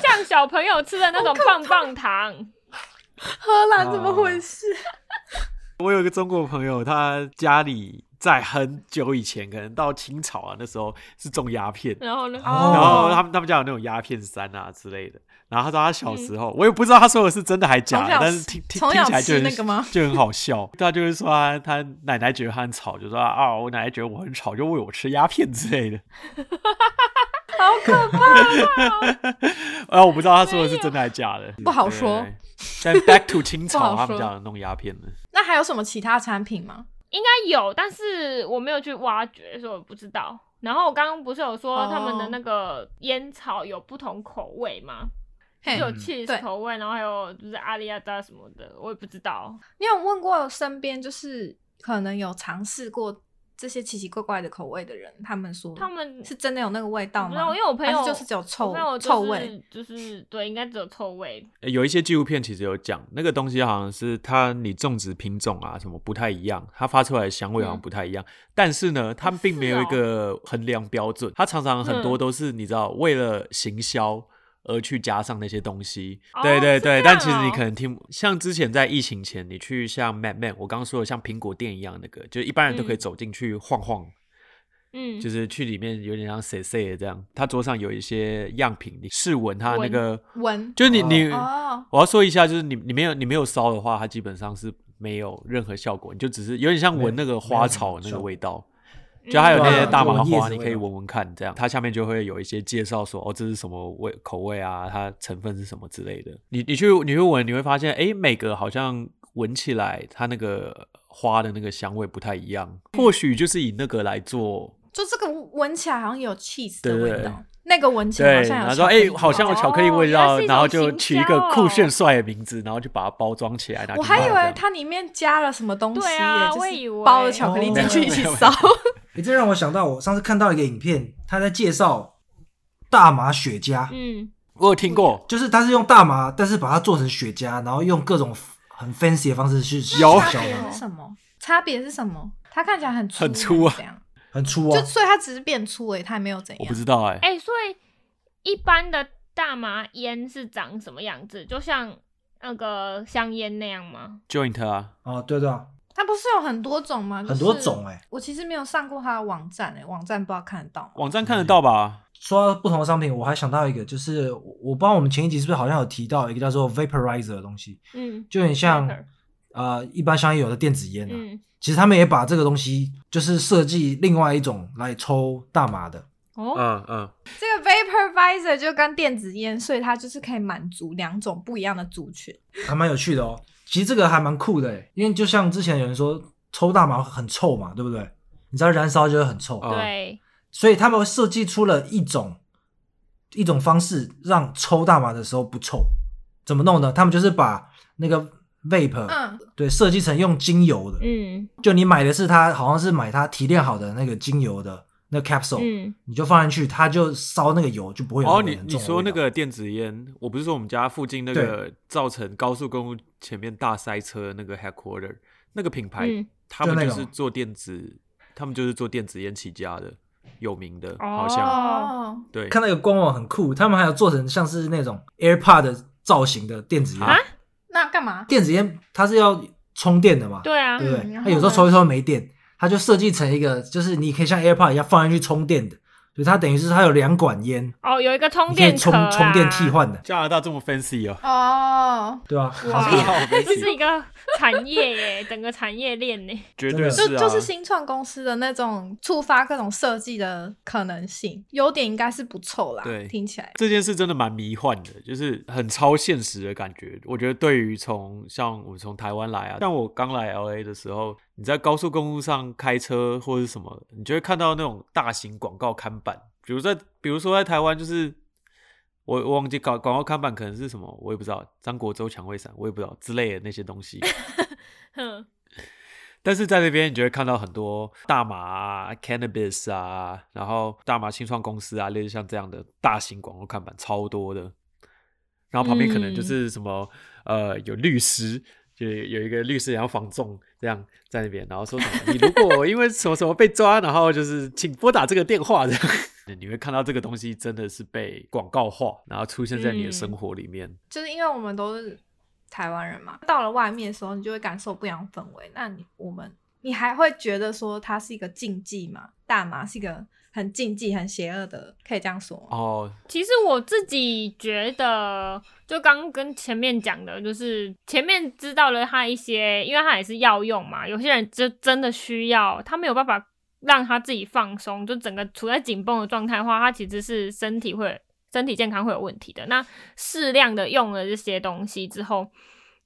Speaker 2: 像小朋友吃的那种棒棒糖，
Speaker 3: [LAUGHS] 荷兰
Speaker 1: 哦
Speaker 3: 怎么回事？ [LAUGHS]
Speaker 1: 我有一个中国朋友，他家里在很久以前，可能到清朝啊，那时候是种鸦片，
Speaker 2: 然后呢，
Speaker 4: 哦
Speaker 1: 然后他们他们家有那种鸦片山啊之类的。然后他说他小时候，我也不知道他说的是真的还假
Speaker 3: 从
Speaker 1: 的，
Speaker 3: 小
Speaker 1: 但是听听
Speaker 3: 从
Speaker 1: 听
Speaker 3: 小
Speaker 1: 起来就
Speaker 3: 吃
Speaker 1: 很
Speaker 3: 那个吗
Speaker 1: 就很好笑。 [LAUGHS] 他就是说他他奶哦奶觉得他很吵，就说啊我奶奶觉得我很吵，就喂我吃鸦片之类的。
Speaker 3: [LAUGHS] 好
Speaker 2: 好可怕、哦！
Speaker 1: [LAUGHS] 哎，我不知道他说的是真的还是假的，
Speaker 3: 不好说
Speaker 1: 对。对对但 back to 清
Speaker 3: [LAUGHS] 不
Speaker 1: 朝，
Speaker 3: 好
Speaker 1: 他
Speaker 3: 说
Speaker 1: 们讲弄鸦片的，
Speaker 3: 那还有什么其他产品吗？
Speaker 2: 应该有，但是我没有去挖掘，所以我不知道。然后我刚刚不是有说
Speaker 3: 哦
Speaker 2: 他们的那个烟草有不同口味吗？
Speaker 3: 嘿
Speaker 2: 就有
Speaker 4: 嗯
Speaker 2: cheese
Speaker 3: 对
Speaker 2: 口味，然后还有就是阿里亚达什么的，我也不知道。
Speaker 3: 你有问过身边就是可能有尝试过这些奇奇怪怪的口味的人，他们说
Speaker 2: 他们
Speaker 3: 嗯是真的有那个味道
Speaker 2: 我不知
Speaker 3: 吗？
Speaker 2: 道因为我朋友
Speaker 3: 还是就是只有臭
Speaker 2: 我朋友就是
Speaker 3: 臭味，，
Speaker 2: 就是对，应该只有臭味。
Speaker 1: 诶有一些纪录片其实有讲，那个东西好像是它你种植品种啊什么不太一样，它发出来的香味好像
Speaker 3: 嗯
Speaker 1: 不太一样。但是呢，它
Speaker 2: 哦
Speaker 1: 并没有一
Speaker 2: 是哦
Speaker 1: 个衡量标准，它常常很多
Speaker 2: 嗯
Speaker 1: 都是你知道为了行销。而去加上那些东西，
Speaker 2: 哦
Speaker 1: 对对
Speaker 2: 是
Speaker 1: 对，
Speaker 2: 这
Speaker 1: 但
Speaker 2: 样
Speaker 1: 其实你
Speaker 2: 哦
Speaker 1: 可能听，像之前在疫情前，你去像 Mad Man，我刚刚说的像苹果店一样，那个就是一般人都可以
Speaker 2: 嗯
Speaker 1: 走进去晃晃，
Speaker 2: 嗯，
Speaker 1: 就是去里面有点像 C C 的这样，他桌上有一些样品，你试闻它那
Speaker 2: 闻
Speaker 1: 个
Speaker 3: 闻
Speaker 1: 就是你你
Speaker 3: 哦
Speaker 1: 我要说一下，就是你你没有你没有烧的话，它基本上是没有任何效果，你就只是有点像闻那个花草那个味道，
Speaker 3: 嗯
Speaker 1: 就还有那
Speaker 4: 对
Speaker 1: 些
Speaker 4: 啊
Speaker 1: 大麻
Speaker 4: 就闻叶
Speaker 1: 花，
Speaker 4: 子
Speaker 1: 你
Speaker 4: 味
Speaker 1: 可以
Speaker 4: 道
Speaker 1: 闻闻看，这样它下面就会有一些介绍说哦这是什么味口味啊，它成分是什么之类的。你你去你去闻，你会发现诶，每个好像闻起来它那个花的那个香味不太一样，
Speaker 3: 嗯
Speaker 1: 或许就是以那个来做
Speaker 3: 就这个闻起来好像有 cheese
Speaker 1: 对
Speaker 3: 的
Speaker 1: 对
Speaker 3: 味道，那个闻起
Speaker 1: 对，
Speaker 3: 来好像
Speaker 1: 然
Speaker 3: 有
Speaker 1: 后说
Speaker 3: 巧克
Speaker 1: 哎、好像有巧克力
Speaker 3: 力味道
Speaker 2: 哦
Speaker 1: 味
Speaker 2: 原来
Speaker 1: 道，
Speaker 2: 是一
Speaker 1: 然后
Speaker 2: 种
Speaker 1: 就
Speaker 2: 行
Speaker 1: 取一个
Speaker 2: 销
Speaker 1: 酷
Speaker 2: 哦
Speaker 1: 炫帅的名字，然后就把它包装起来。拿去
Speaker 3: 我还
Speaker 1: 卖
Speaker 3: 以
Speaker 1: 这样
Speaker 3: 为它里面加了什么东西
Speaker 2: 对
Speaker 3: 耶、
Speaker 2: 啊
Speaker 3: 就
Speaker 2: 我
Speaker 3: 是
Speaker 2: 以为
Speaker 3: 包了
Speaker 1: [LAUGHS]
Speaker 3: 巧克力
Speaker 1: 哦
Speaker 3: 进去一起烧。
Speaker 4: 你这让我想到，我上次看到一个影片，他在介绍大麻雪茄，
Speaker 2: 嗯，
Speaker 1: 我有听
Speaker 4: [LAUGHS]
Speaker 1: 过，
Speaker 4: 就是他是用大麻，但是把它做成雪茄，然后用各种很 fancy 的方式去
Speaker 1: 有
Speaker 4: 销
Speaker 3: 差别
Speaker 4: 它
Speaker 3: 是什么？差别是什么？它看起来很粗
Speaker 1: 很粗啊
Speaker 3: 这样
Speaker 4: 很粗哦
Speaker 3: 就。所以它只是变粗而已，它也没有怎
Speaker 1: 我
Speaker 3: 样。
Speaker 1: 不知道哎、
Speaker 2: 哎、所以一般的大麻烟是长什么样子？就像那个香烟那样吗？
Speaker 1: joint 啊，
Speaker 4: 哦，对对啊，
Speaker 3: 它不是有很多种吗？
Speaker 4: 很多种哎、
Speaker 3: 我其实没有上过它的网站哎、网站不知道看得到吗？
Speaker 1: 网站看得到吧？
Speaker 4: 说到不同的商品，我还想到一个，就是我我不知道我们前一集是不是好像有提到一个叫做 vaporizer 的东西，
Speaker 2: 嗯
Speaker 4: 就很像
Speaker 2: Vapor
Speaker 4: 呃一般香烟有的电子烟啊。
Speaker 2: 嗯，
Speaker 4: 其实他们也把这个东西就是设计另外一种来抽大麻的，
Speaker 2: 哦，
Speaker 1: 嗯嗯，
Speaker 3: 这个 Vaporvisor 就跟电子烟，所以它就是可以满足两种不一样的族群。
Speaker 4: 还蛮有趣的哦。其实这个还蛮酷的诶，因为就像之前有人说抽大麻很臭嘛，对不对？你知道燃烧就会很臭，
Speaker 1: 哦
Speaker 2: 对，
Speaker 4: 所以他们设计出了一种一种方式，让抽大麻的时候不臭。怎么弄呢？他们就是把那个 vape、
Speaker 3: 嗯，
Speaker 4: 对设计成用精油的，
Speaker 2: 嗯
Speaker 4: 就你买的是它，好像是买它提炼好的那个精油的那个 capsule，、
Speaker 2: 嗯，
Speaker 4: 你就放进去，它就烧那个油，就不会有
Speaker 1: 哦，
Speaker 4: 那
Speaker 1: 你
Speaker 4: 个很
Speaker 1: 你
Speaker 4: 重的味道。
Speaker 1: 说那个电子烟，我不是说我们家附近那个造成高速公路前面大塞车的那个 headquarter 那个品牌，
Speaker 2: 嗯
Speaker 1: 他们
Speaker 4: 就那
Speaker 1: 就
Speaker 4: 个
Speaker 1: 是
Speaker 4: 吗
Speaker 1: 做电子，他们就是做电子烟起家的，有名的，
Speaker 2: 哦
Speaker 1: 好像
Speaker 3: 哦，
Speaker 1: 对。
Speaker 4: 看那个官网很酷，他们还有做成像是那种 AirPod 的造型的电子烟。
Speaker 1: 啊
Speaker 3: 那干嘛？
Speaker 4: 电子烟它是要充电的嘛，
Speaker 2: 对啊，
Speaker 4: 对不
Speaker 3: 嗯
Speaker 4: 对？
Speaker 3: 然
Speaker 4: 它
Speaker 3: 后
Speaker 4: 有时候
Speaker 3: 呢
Speaker 4: 抽一抽没电，它就设计成一个，就是你可以像 AirPod 一样放进去充电的，所以它等于是它有两管烟，
Speaker 2: 哦，有一个充
Speaker 4: 你可以
Speaker 2: 电
Speaker 4: 充
Speaker 2: 壳啊
Speaker 4: 充电替，换的，
Speaker 1: 加拿大这么 fancy 哦，
Speaker 3: 哦，
Speaker 4: 对吧、
Speaker 2: 哇
Speaker 4: 好酷
Speaker 1: 好
Speaker 2: [LAUGHS] 这是
Speaker 1: fancy，
Speaker 2: 一个产业耶，整个产业链呢。
Speaker 1: 绝对
Speaker 4: 真
Speaker 1: 是
Speaker 3: 就
Speaker 1: 啊，
Speaker 3: 就是新创公司的那种触发各种设计的可能性，优点应该是不错啦。
Speaker 1: 对
Speaker 3: 听起来
Speaker 1: 这件事真的蛮迷幻的，就是很超现实的感觉。我觉得对于从像我们从台湾来啊，像我刚来 L A 的时候，你在高速公路上开车或者是什么，你就会看到那种大型广告看板，比如在比如说在台湾就是我我忘记广广告看板可能是什么，我也不知道，张国周蔷薇伞我也不知道之类的那些东西。
Speaker 2: 哼，
Speaker 1: 但是在那边，你就会看到很多大麻、啊、cannabis 啊，然后大麻新创公司啊，类似像这样的大型广告看板超多的。然后旁边可能就是什么、呃，有律师，就有一个律师然后防重这样在那边，然后说什么你如果因为什么什么被抓，然后就是请拨打这个电话这样。你会看到这个东西真的是被广告化，然后出现在你的
Speaker 2: 嗯
Speaker 1: 生活里面。
Speaker 3: 就是因为我们都是台湾人嘛，到了外面的时候，你就会感受不一样的氛围。那你我们，你还会觉得说它是一个禁忌嘛？大麻是一个很禁忌、很邪恶的，可以这样说吗。
Speaker 1: 哦，
Speaker 2: 其实我自己觉得，就刚跟前面讲的，就是前面知道了他一些，因为他也是药用嘛，有些人就真的需要，他没有办法让他自己放松，就整个处在紧绷的状态的话，他其实是身体会身体健康会有问题的。那适量的用了这些东西之后，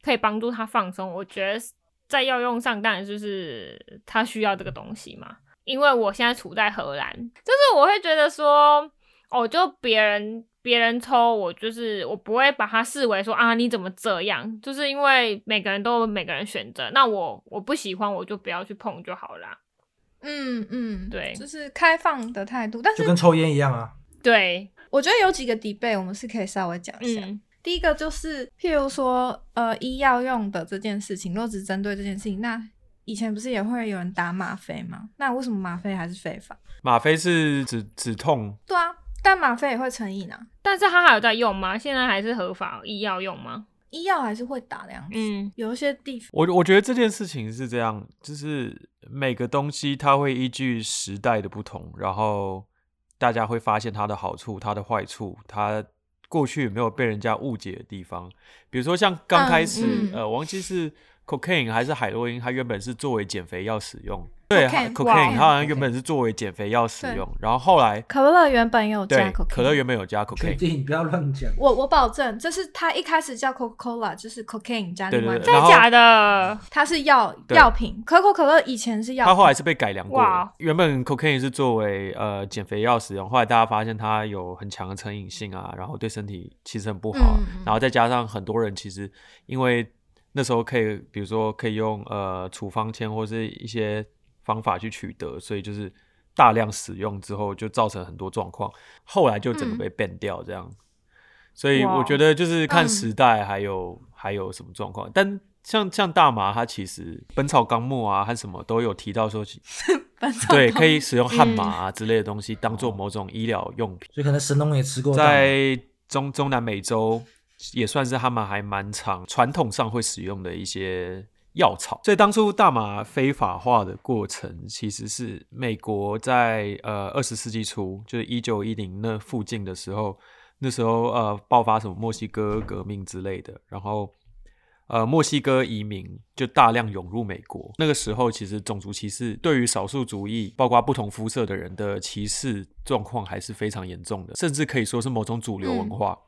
Speaker 2: 可以帮助他放松。我觉得在药用上，当然就是他需要这个东西嘛。因为我现在处在荷兰，就是我会觉得说，哦，就别人别人抽我，就是我不会把它视为说啊你怎么这样，就是因为每个人都有每个人选择，那我我不喜欢我就不要去碰就好啦。
Speaker 3: 嗯嗯，
Speaker 2: 对
Speaker 3: 就是开放的态度。但
Speaker 4: 就是跟抽烟一样啊。
Speaker 2: 对，
Speaker 3: 我觉得有几个 debate 我们是啊可以稍微讲一下。
Speaker 2: 嗯
Speaker 3: 第一个就是，譬如说，呃，医药用的这件事情，若只针对这件事情，那以前不是也会有人打吗啡吗？那为什么吗啡还是非法？
Speaker 1: 吗啡是止止痛，
Speaker 3: 对啊，但吗啡也会成瘾啊，
Speaker 2: 但是他还有在用吗？现在还是合法医药用吗？
Speaker 3: 医药还是会打的样子。
Speaker 2: 嗯
Speaker 3: 有一些地方，
Speaker 1: 我我觉得这件事情是这样，就是每个东西它会依据时代的不同，然后大家会发现它的好处、它的坏处、它过去有没有被人家误解的地方。比如说像刚开始，
Speaker 3: 嗯嗯
Speaker 1: 呃，忘记是 cocaine 还是海洛因，它原本是作为减肥药使用。对
Speaker 3: Cocaine，
Speaker 1: 它
Speaker 3: 哇
Speaker 1: ，cocaine 它好像原本是作为减肥药使用，然后后来
Speaker 3: 可乐原本也有加
Speaker 1: 对
Speaker 3: cocaine，
Speaker 1: 可乐原本有加 cocaine，
Speaker 4: 确定，不要乱讲。
Speaker 3: 我我保证，这是它一开始叫 Coca Cola，就是 cocaine 加
Speaker 1: 对
Speaker 3: 另外
Speaker 1: 对
Speaker 3: 一
Speaker 1: 对
Speaker 3: 个，
Speaker 1: 然
Speaker 2: 真的
Speaker 1: 后
Speaker 2: 假的？
Speaker 3: 它是药
Speaker 1: 对
Speaker 3: 药品，可口可乐以前是药品，
Speaker 1: 它后来是被改良过的
Speaker 2: 哇。
Speaker 1: 原本 cocaine 是作为呃减肥药使用，后来大家发现它有很强的成瘾性啊，然后对身体其实很不好啊。
Speaker 3: 嗯嗯
Speaker 1: 然后再加上很多人其实因为那时候可以，比如说可以用呃处方签或是一些方法去取得，所以就是大量使用之后就造成很多状况，后来就整
Speaker 3: 嗯
Speaker 1: 个被 ban 掉这样。所以
Speaker 2: 哇
Speaker 1: 我觉得就是看
Speaker 3: 嗯
Speaker 1: 时代，还有、还有什么状况。但像像大麻，它其实《本草纲目》啊，和什么都有提到说，
Speaker 3: [LAUGHS] 本草
Speaker 1: 对，
Speaker 3: 纲嗯
Speaker 1: 可以使用汗麻啊之类的东西当做某种医疗用品，
Speaker 4: 所以可能神农也
Speaker 3: 哦
Speaker 4: 吃过大麻。
Speaker 1: 在中中南美洲也算是他们还蛮常传统上会使用的一些药草。所以当初大麻非法化的过程，其实是美国在呃二十世纪初，就是一九一零那附近的时候，那时候呃爆发什么墨西哥革命之类的，然后呃墨西哥移民就大量涌入美国。那个时候其实种族歧视对于少数族裔，包括不同肤色的人的歧视状况还是非常严重的，甚至可以说是某种主流文化。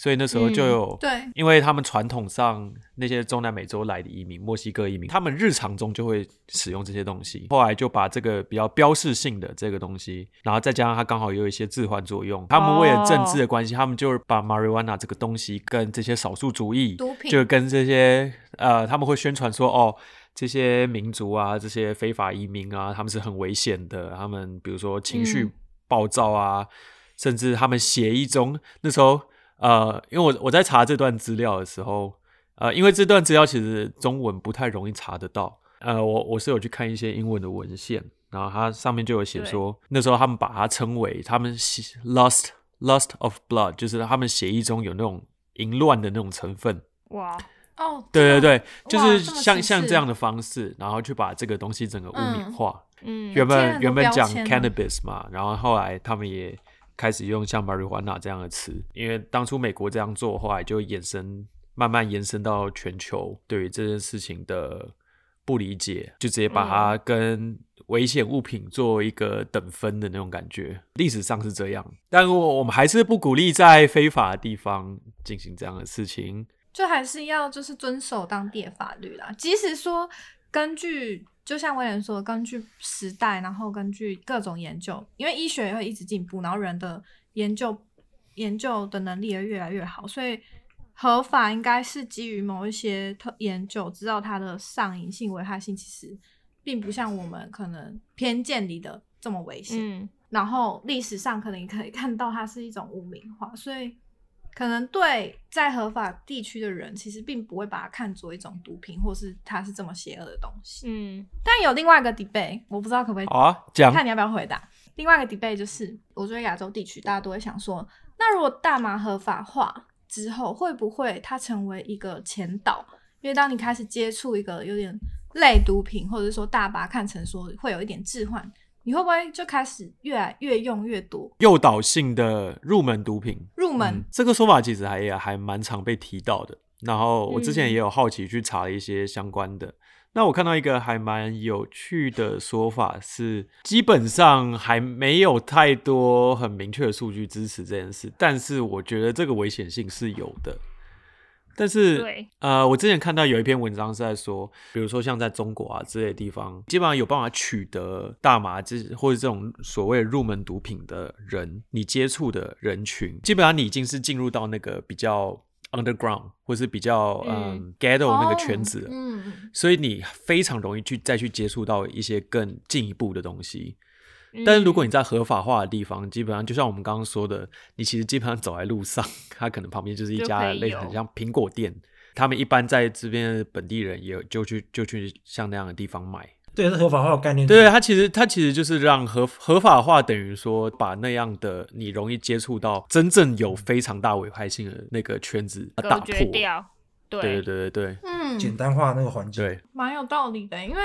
Speaker 1: 所以那时候就
Speaker 2: 嗯
Speaker 1: 有、
Speaker 3: 对，
Speaker 1: 因为他们传统上那些中南美洲来的移民、墨西哥移民，他们日常中就会使用这些东西。后来就把这个比较标示性的这个东西，然后再加上它刚好有一些致幻作用，他们为了政治的关系，他们就是把 marijuana 这个东西跟这些少数族裔
Speaker 3: 毒品
Speaker 1: 就跟这些呃，他们会宣传说哦。这些民族啊，这些非法移民啊，他们是很危险的。他们比如说情绪
Speaker 2: 嗯
Speaker 1: 暴躁啊，甚至他们协议中那时候，呃，因为我我在查这段资料的时候，呃，因为这段资料其实中文不太容易查得到，呃，我我是有去看一些英文的文献，然后它上面就有写说，那时候他们把它称为他们协 lust lust of blood，就是他们协议中有那种淫乱的那种成分。
Speaker 2: 哇，
Speaker 3: 哦，
Speaker 1: 对对
Speaker 3: 对，
Speaker 1: 对，就是
Speaker 3: 这么
Speaker 1: 像
Speaker 3: 歧
Speaker 1: 像
Speaker 3: 视
Speaker 1: 这样的方式，然后去把这个东西整个污名
Speaker 3: 嗯
Speaker 1: 化。
Speaker 2: 嗯，
Speaker 1: 原
Speaker 3: 现在
Speaker 1: 本
Speaker 3: 很多
Speaker 1: 原本
Speaker 3: 标
Speaker 1: 讲
Speaker 3: 签啊
Speaker 1: cannabis 嘛，然后后来他们也开始用像 marijuana 这样的词，因为当初美国这样做，后来就衍生慢慢延伸到全球对于这件事情的不理解，就直接把它
Speaker 3: 嗯
Speaker 1: 跟危险物品做一个等分的那种感觉。历史上是这样，但我我们还是不鼓励在非法的地方进行这样的事情。
Speaker 3: 就还是要就是遵守当地的法律啦。即使说根据，就像威廉说，根据时代，然后根据各种研究，因为医学也会一直进步，然后人的研究研究的能力也越来越好，所以合法应该是基于某一些特研究，知道它的上瘾性、危害性，其实并不像我们可能偏见里的这么危险。
Speaker 2: 嗯
Speaker 3: 然后历史上可能也可以看到它是一种污名化，所以可能对在合法地区的人，其实并不会把它看作一种毒品，或是它是这么邪恶的东西。
Speaker 2: 嗯，
Speaker 3: 但有另外一个 debate，我不知道可不可以
Speaker 1: 好啊，讲
Speaker 3: 看你要不要回答。另外一个 debate 就是，我觉得亚洲地区大家都会想说，那如果大麻合法化之后，会不会它成为一个前导？因为当你开始接触一个有点类毒品，或者说大麻看成说会有一点置换，你会不会就开始越来越用越多
Speaker 1: 诱导性的入门毒品，
Speaker 3: 入门？
Speaker 1: 嗯这个说法其实还也还蛮常被提到的。然后我之前
Speaker 2: 嗯
Speaker 1: 也有好奇去查了一些相关的。那我看到一个还蛮有趣的说法是，基本上还没有太多很明确的数据支持这件事，但是我觉得这个危险性是有的。但是
Speaker 2: 对，
Speaker 1: 呃，我之前看到有一篇文章是在说，比如说像在中国啊之类的地方，基本上有办法取得大麻这或者这种所谓入门毒品的人，你接触的人群，基本上你已经是进入到那个比较 underground 或是比较嗯
Speaker 2: 嗯
Speaker 1: ghetto 那个圈子了。
Speaker 3: 嗯，
Speaker 1: 所以你非常容易去再去接触到一些更进一步的东西，但是如果
Speaker 2: 你
Speaker 1: 你在合法化的地方，基本上就像我们刚刚说的，你其实基本上走在路上，它可能旁边就是一
Speaker 2: 就
Speaker 1: 家
Speaker 2: 可以
Speaker 1: 类似很
Speaker 2: 有
Speaker 1: 像苹果
Speaker 2: [LAUGHS]
Speaker 1: 店，他们一般在这边的本地人也有就去就去像那样的地方买。
Speaker 4: 对，是合法化的概
Speaker 2: 嗯
Speaker 4: 念。
Speaker 1: 对，，啊它其实它其实就是让合合法化等于说把那样的你容易接触到真正有非常大危害性的那个圈子呃打
Speaker 2: 隔
Speaker 1: 破。
Speaker 2: 绝掉，对
Speaker 1: 对对对对对
Speaker 3: 嗯
Speaker 4: 简单化那个环节。
Speaker 1: 对，
Speaker 3: 蛮有道理的，因为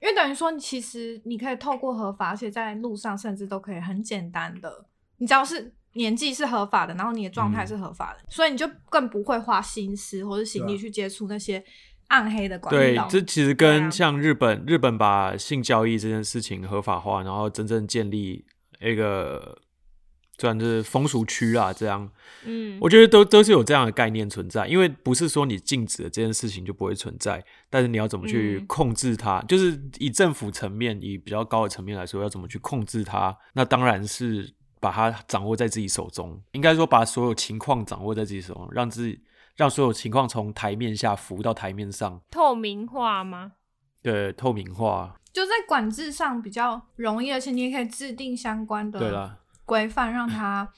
Speaker 3: 因为等于说，其实你可以透过合法，而且在路上甚至都可以很简单的，你只要是年纪是合法的，然后你的状
Speaker 1: 嗯
Speaker 3: 态是合法的，所以你就更不会花心思或者心
Speaker 4: 对
Speaker 3: 力
Speaker 4: 啊
Speaker 3: 去接触那些暗黑的管
Speaker 1: 对
Speaker 3: 道。，
Speaker 1: 这其实
Speaker 2: 啊
Speaker 1: 跟像日本，日本把性交易这件事情合法化，然后真正建立一个算是风俗区啊，这样
Speaker 2: 嗯，
Speaker 1: 我觉得都都是有这样的概念存在。因为不是说你禁止了这件事情就不会存在，但是你要怎么去
Speaker 2: 嗯
Speaker 1: 控制它，就是以政府层面，以比较高的层面来说，要怎么去控制它，那当然是把它掌握在自己手中，应该说把所有情况掌握在自己手中，让自己。让所有情况从台面下浮到台面上，
Speaker 2: 透明化吗？
Speaker 1: 对，透明化，
Speaker 3: 就在管制上比较容易，而且你也可以制定相关
Speaker 4: 啊
Speaker 1: 对
Speaker 3: 的
Speaker 1: 啦，
Speaker 3: 规范，让它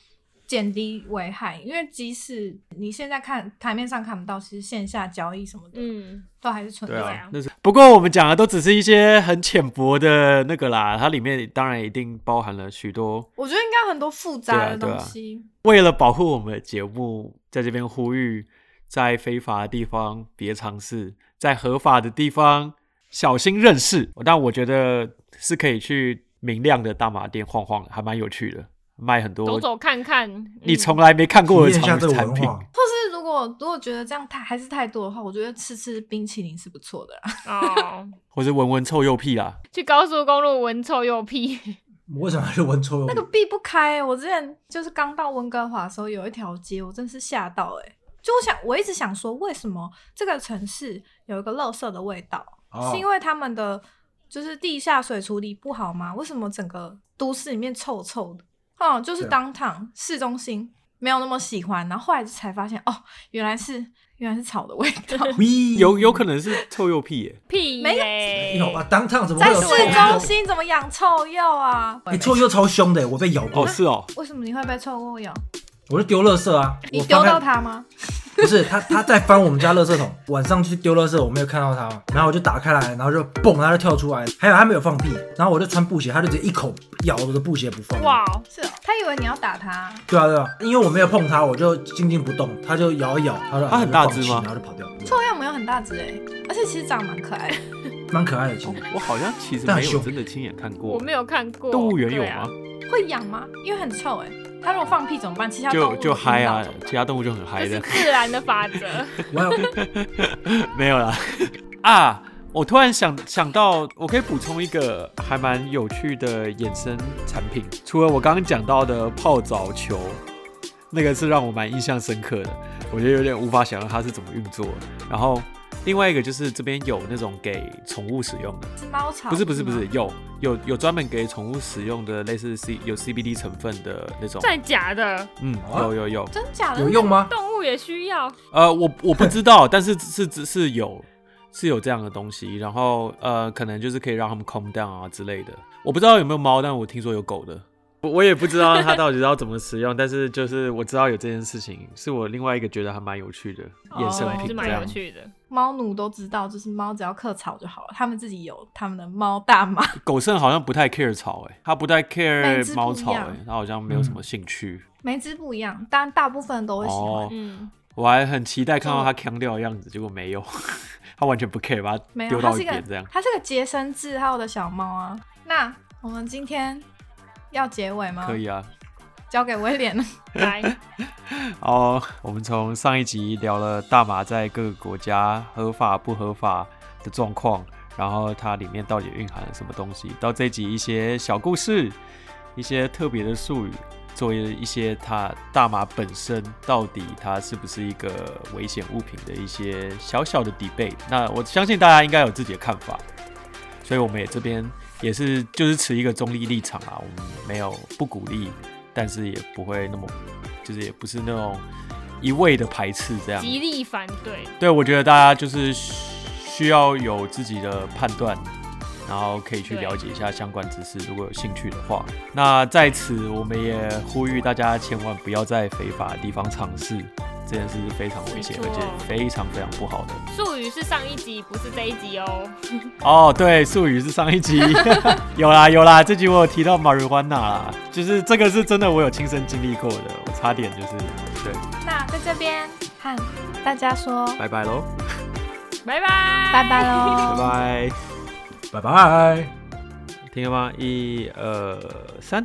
Speaker 3: 减低危害。因为即使你现在看台面上看不到，其实线下交易什么的、
Speaker 2: 嗯，
Speaker 3: 都还是存
Speaker 1: 对
Speaker 3: 在。
Speaker 1: 啊
Speaker 2: 啊，
Speaker 1: 那是。不过我们讲的都只是一些很浅薄的那个啦，它里面当然一定包含了许多
Speaker 3: 我觉得应该很多复杂的
Speaker 1: 对啊
Speaker 3: 东西。
Speaker 1: 为了保护我们的节目，在这边呼吁，在非法的地方别尝试，在合法的地方小心认识。但我觉得是可以去明亮的大麻店晃晃的，还蛮有趣的，卖很多
Speaker 2: 走走看看，
Speaker 1: 你
Speaker 2: 嗯
Speaker 1: 从来没看过的
Speaker 4: 体验一下
Speaker 1: 产
Speaker 4: 这个
Speaker 1: 产
Speaker 4: 文
Speaker 1: 品。
Speaker 4: 化。
Speaker 3: 或是如果如果觉得这样太还是太多的话，我觉得吃吃冰淇淋是不错的
Speaker 1: [LAUGHS]
Speaker 3: 啦。
Speaker 2: 哦，
Speaker 1: 或者闻闻臭鼬屁啊啦，
Speaker 2: 去高速公路闻臭鼬屁，
Speaker 4: 我为什么要去闻臭鼬？
Speaker 3: [LAUGHS] 那个避不开、欸我之前就是刚到温哥华的时候，有一条街，我真是吓到哎、就我想我一直想说，为什么这个城市有一个垃圾的味道？
Speaker 4: 哦
Speaker 3: 是因为他们的就是地下水处理不好吗？为什么整个都市里面臭臭的？哦、就是
Speaker 4: 对啊
Speaker 3: 当堂市中心没有那么喜欢，然后后来才发现哦，原来是原来是草的味道。
Speaker 4: 屁
Speaker 1: 有有可能是臭鼬屁耶、
Speaker 2: 屁
Speaker 3: 没有
Speaker 2: 嘞，
Speaker 4: 有吧？哎啊
Speaker 1: 啊
Speaker 4: 当趟怎么会
Speaker 3: 在
Speaker 4: 有
Speaker 3: 市
Speaker 4: 臭鼬
Speaker 3: 中？心怎么养臭鼬啊？
Speaker 4: 你臭鼬超凶的，我被咬
Speaker 1: 哦，
Speaker 4: 过，
Speaker 1: 是哦，
Speaker 3: 为什么你会被臭鼬咬？
Speaker 4: 我就丢垃圾啊！
Speaker 3: 你
Speaker 4: 我
Speaker 3: 丢
Speaker 4: 翻
Speaker 3: 到
Speaker 4: 开
Speaker 3: 它吗？
Speaker 4: 不是他，他在翻我们家垃圾桶。晚上去丢垃圾，我没有看到他嘛，然后我就打开来，然后就蹦，他就跳出来。还有他没有放屁，然后我就穿布鞋，他就直接一口咬我的布鞋不放。
Speaker 2: 哇哦，
Speaker 3: 是哦，他以为你要打它。
Speaker 4: 对啊对啊，因为我没有碰他，我就静静不动，他就咬一咬，他说
Speaker 1: 它很大只吗
Speaker 4: 然后就跑掉，
Speaker 3: 臭鼬没有很大只哎、而且其实长得蛮可爱的。
Speaker 4: 蛮可爱的。其实
Speaker 1: 我好像其实
Speaker 4: 但
Speaker 1: 没有
Speaker 4: 熊
Speaker 1: 真的亲眼看过，
Speaker 2: 我没有看过
Speaker 1: 动物园有
Speaker 2: 对啊
Speaker 1: 吗？
Speaker 3: [LAUGHS] 会痒吗？因为很臭哎、它如果放屁怎么办？其他动物
Speaker 1: 就
Speaker 3: 都
Speaker 1: 就
Speaker 3: 听到
Speaker 1: 嗨啊
Speaker 3: 怎么，办
Speaker 1: 其他动物就很嗨
Speaker 2: 这
Speaker 1: 的，
Speaker 2: 是自然的法则。
Speaker 4: 我要
Speaker 1: [LAUGHS] 没有啦 [LAUGHS] 啊！我突然想想到，我可以补充一个还蛮有趣的衍生产品，除了我刚刚讲到的泡澡球，那个是让我蛮印象深刻的，我觉得有点无法想象它是怎么运作的。然后另外一个就是这边有那种给宠物使用的，
Speaker 3: 是猫草？
Speaker 1: 不是不是不是
Speaker 3: 吗，，
Speaker 1: 有有有专门给宠物使用的，类似 C 有 CBD 成分的那种，
Speaker 2: 真的假
Speaker 1: [LAUGHS]
Speaker 2: 的？
Speaker 1: 嗯，
Speaker 4: 啊
Speaker 1: 有有有，
Speaker 3: 真假的
Speaker 4: 有用？吗？
Speaker 2: 动物也需要
Speaker 1: 呃，我我不知道， [LAUGHS] 但是是是是有是有这样的东西，然后呃，可能就是可以让他们 calm down 啊之类的。我不知道有没有猫，但我听说有狗的。我我也不知道它到底要怎么使用，但是就是我知道有这件事情，是我另外一个觉得还蛮有趣的
Speaker 3: 哦
Speaker 1: 衍生
Speaker 3: 对
Speaker 2: 是
Speaker 1: 品这
Speaker 2: 蛮
Speaker 1: 样
Speaker 2: 有。趣的。
Speaker 3: 猫奴都知道，就是猫只要克草就好了，他们自己有他们的猫大麻。
Speaker 1: 狗剩好像不太 care 草、欸，哎，它不太
Speaker 3: 每只
Speaker 1: care
Speaker 3: 不
Speaker 1: 猫草、
Speaker 3: 一
Speaker 1: 欸，
Speaker 3: 样嗯
Speaker 1: 哎，它好像没有什么兴趣。
Speaker 3: [LAUGHS] 每只不一样，但大部分都会喜欢。
Speaker 1: 哦， [LAUGHS]
Speaker 2: 嗯，
Speaker 1: 我还很期待看到它腔掉的样子，结果没有， [LAUGHS] 它完全不 care，把
Speaker 3: 没
Speaker 1: 它
Speaker 3: 有，
Speaker 1: 丢
Speaker 3: 它
Speaker 1: 到
Speaker 3: 是
Speaker 1: 一
Speaker 3: 一个
Speaker 1: 边这样。
Speaker 3: 它是个洁身自好的小猫啊。那我们今天要结尾吗？
Speaker 1: 可以啊，
Speaker 3: 交给威廉了。
Speaker 2: 来，
Speaker 1: [LAUGHS] 好，我们从上一集聊了大麻在各个国家合法不合法的状况，然后它里面到底蕴含了什么东西，到这集一些小故事，一些特别的术语，作为一些它大麻本身到底它是不是一个危险物品的一些小小的 debate。那我相信大家应该有自己的看法，所以我们也这边也是就是持一个中立立场啊，我们没有不鼓励，但是也不会那么就是也不是那种一味的排斥这样。
Speaker 2: 极力反对，
Speaker 1: 对，我觉得大家就是需要有自己的判断，然后可以去了解一下相关知识，如果有兴趣的话。那在此，我们也呼吁大家千万不要在非法的地方尝试，这件事是非常危险，
Speaker 2: 没
Speaker 1: 而
Speaker 2: 错
Speaker 1: 且非常非常不好的。
Speaker 2: 术语是上一集，不是这一集哦。
Speaker 1: 哦，对，术语是上一
Speaker 2: [LAUGHS]
Speaker 1: 集有啦有啦，这集我有提到 marijuana 啦，就是这个是真的，我有亲身经历过的，我差点就是对，
Speaker 3: 那在这边和大家说
Speaker 1: 拜拜喽，
Speaker 2: 拜拜，
Speaker 3: 拜拜
Speaker 2: 哦
Speaker 3: 喽，
Speaker 1: 拜拜，
Speaker 4: 拜拜。
Speaker 1: 听了吗？一二三。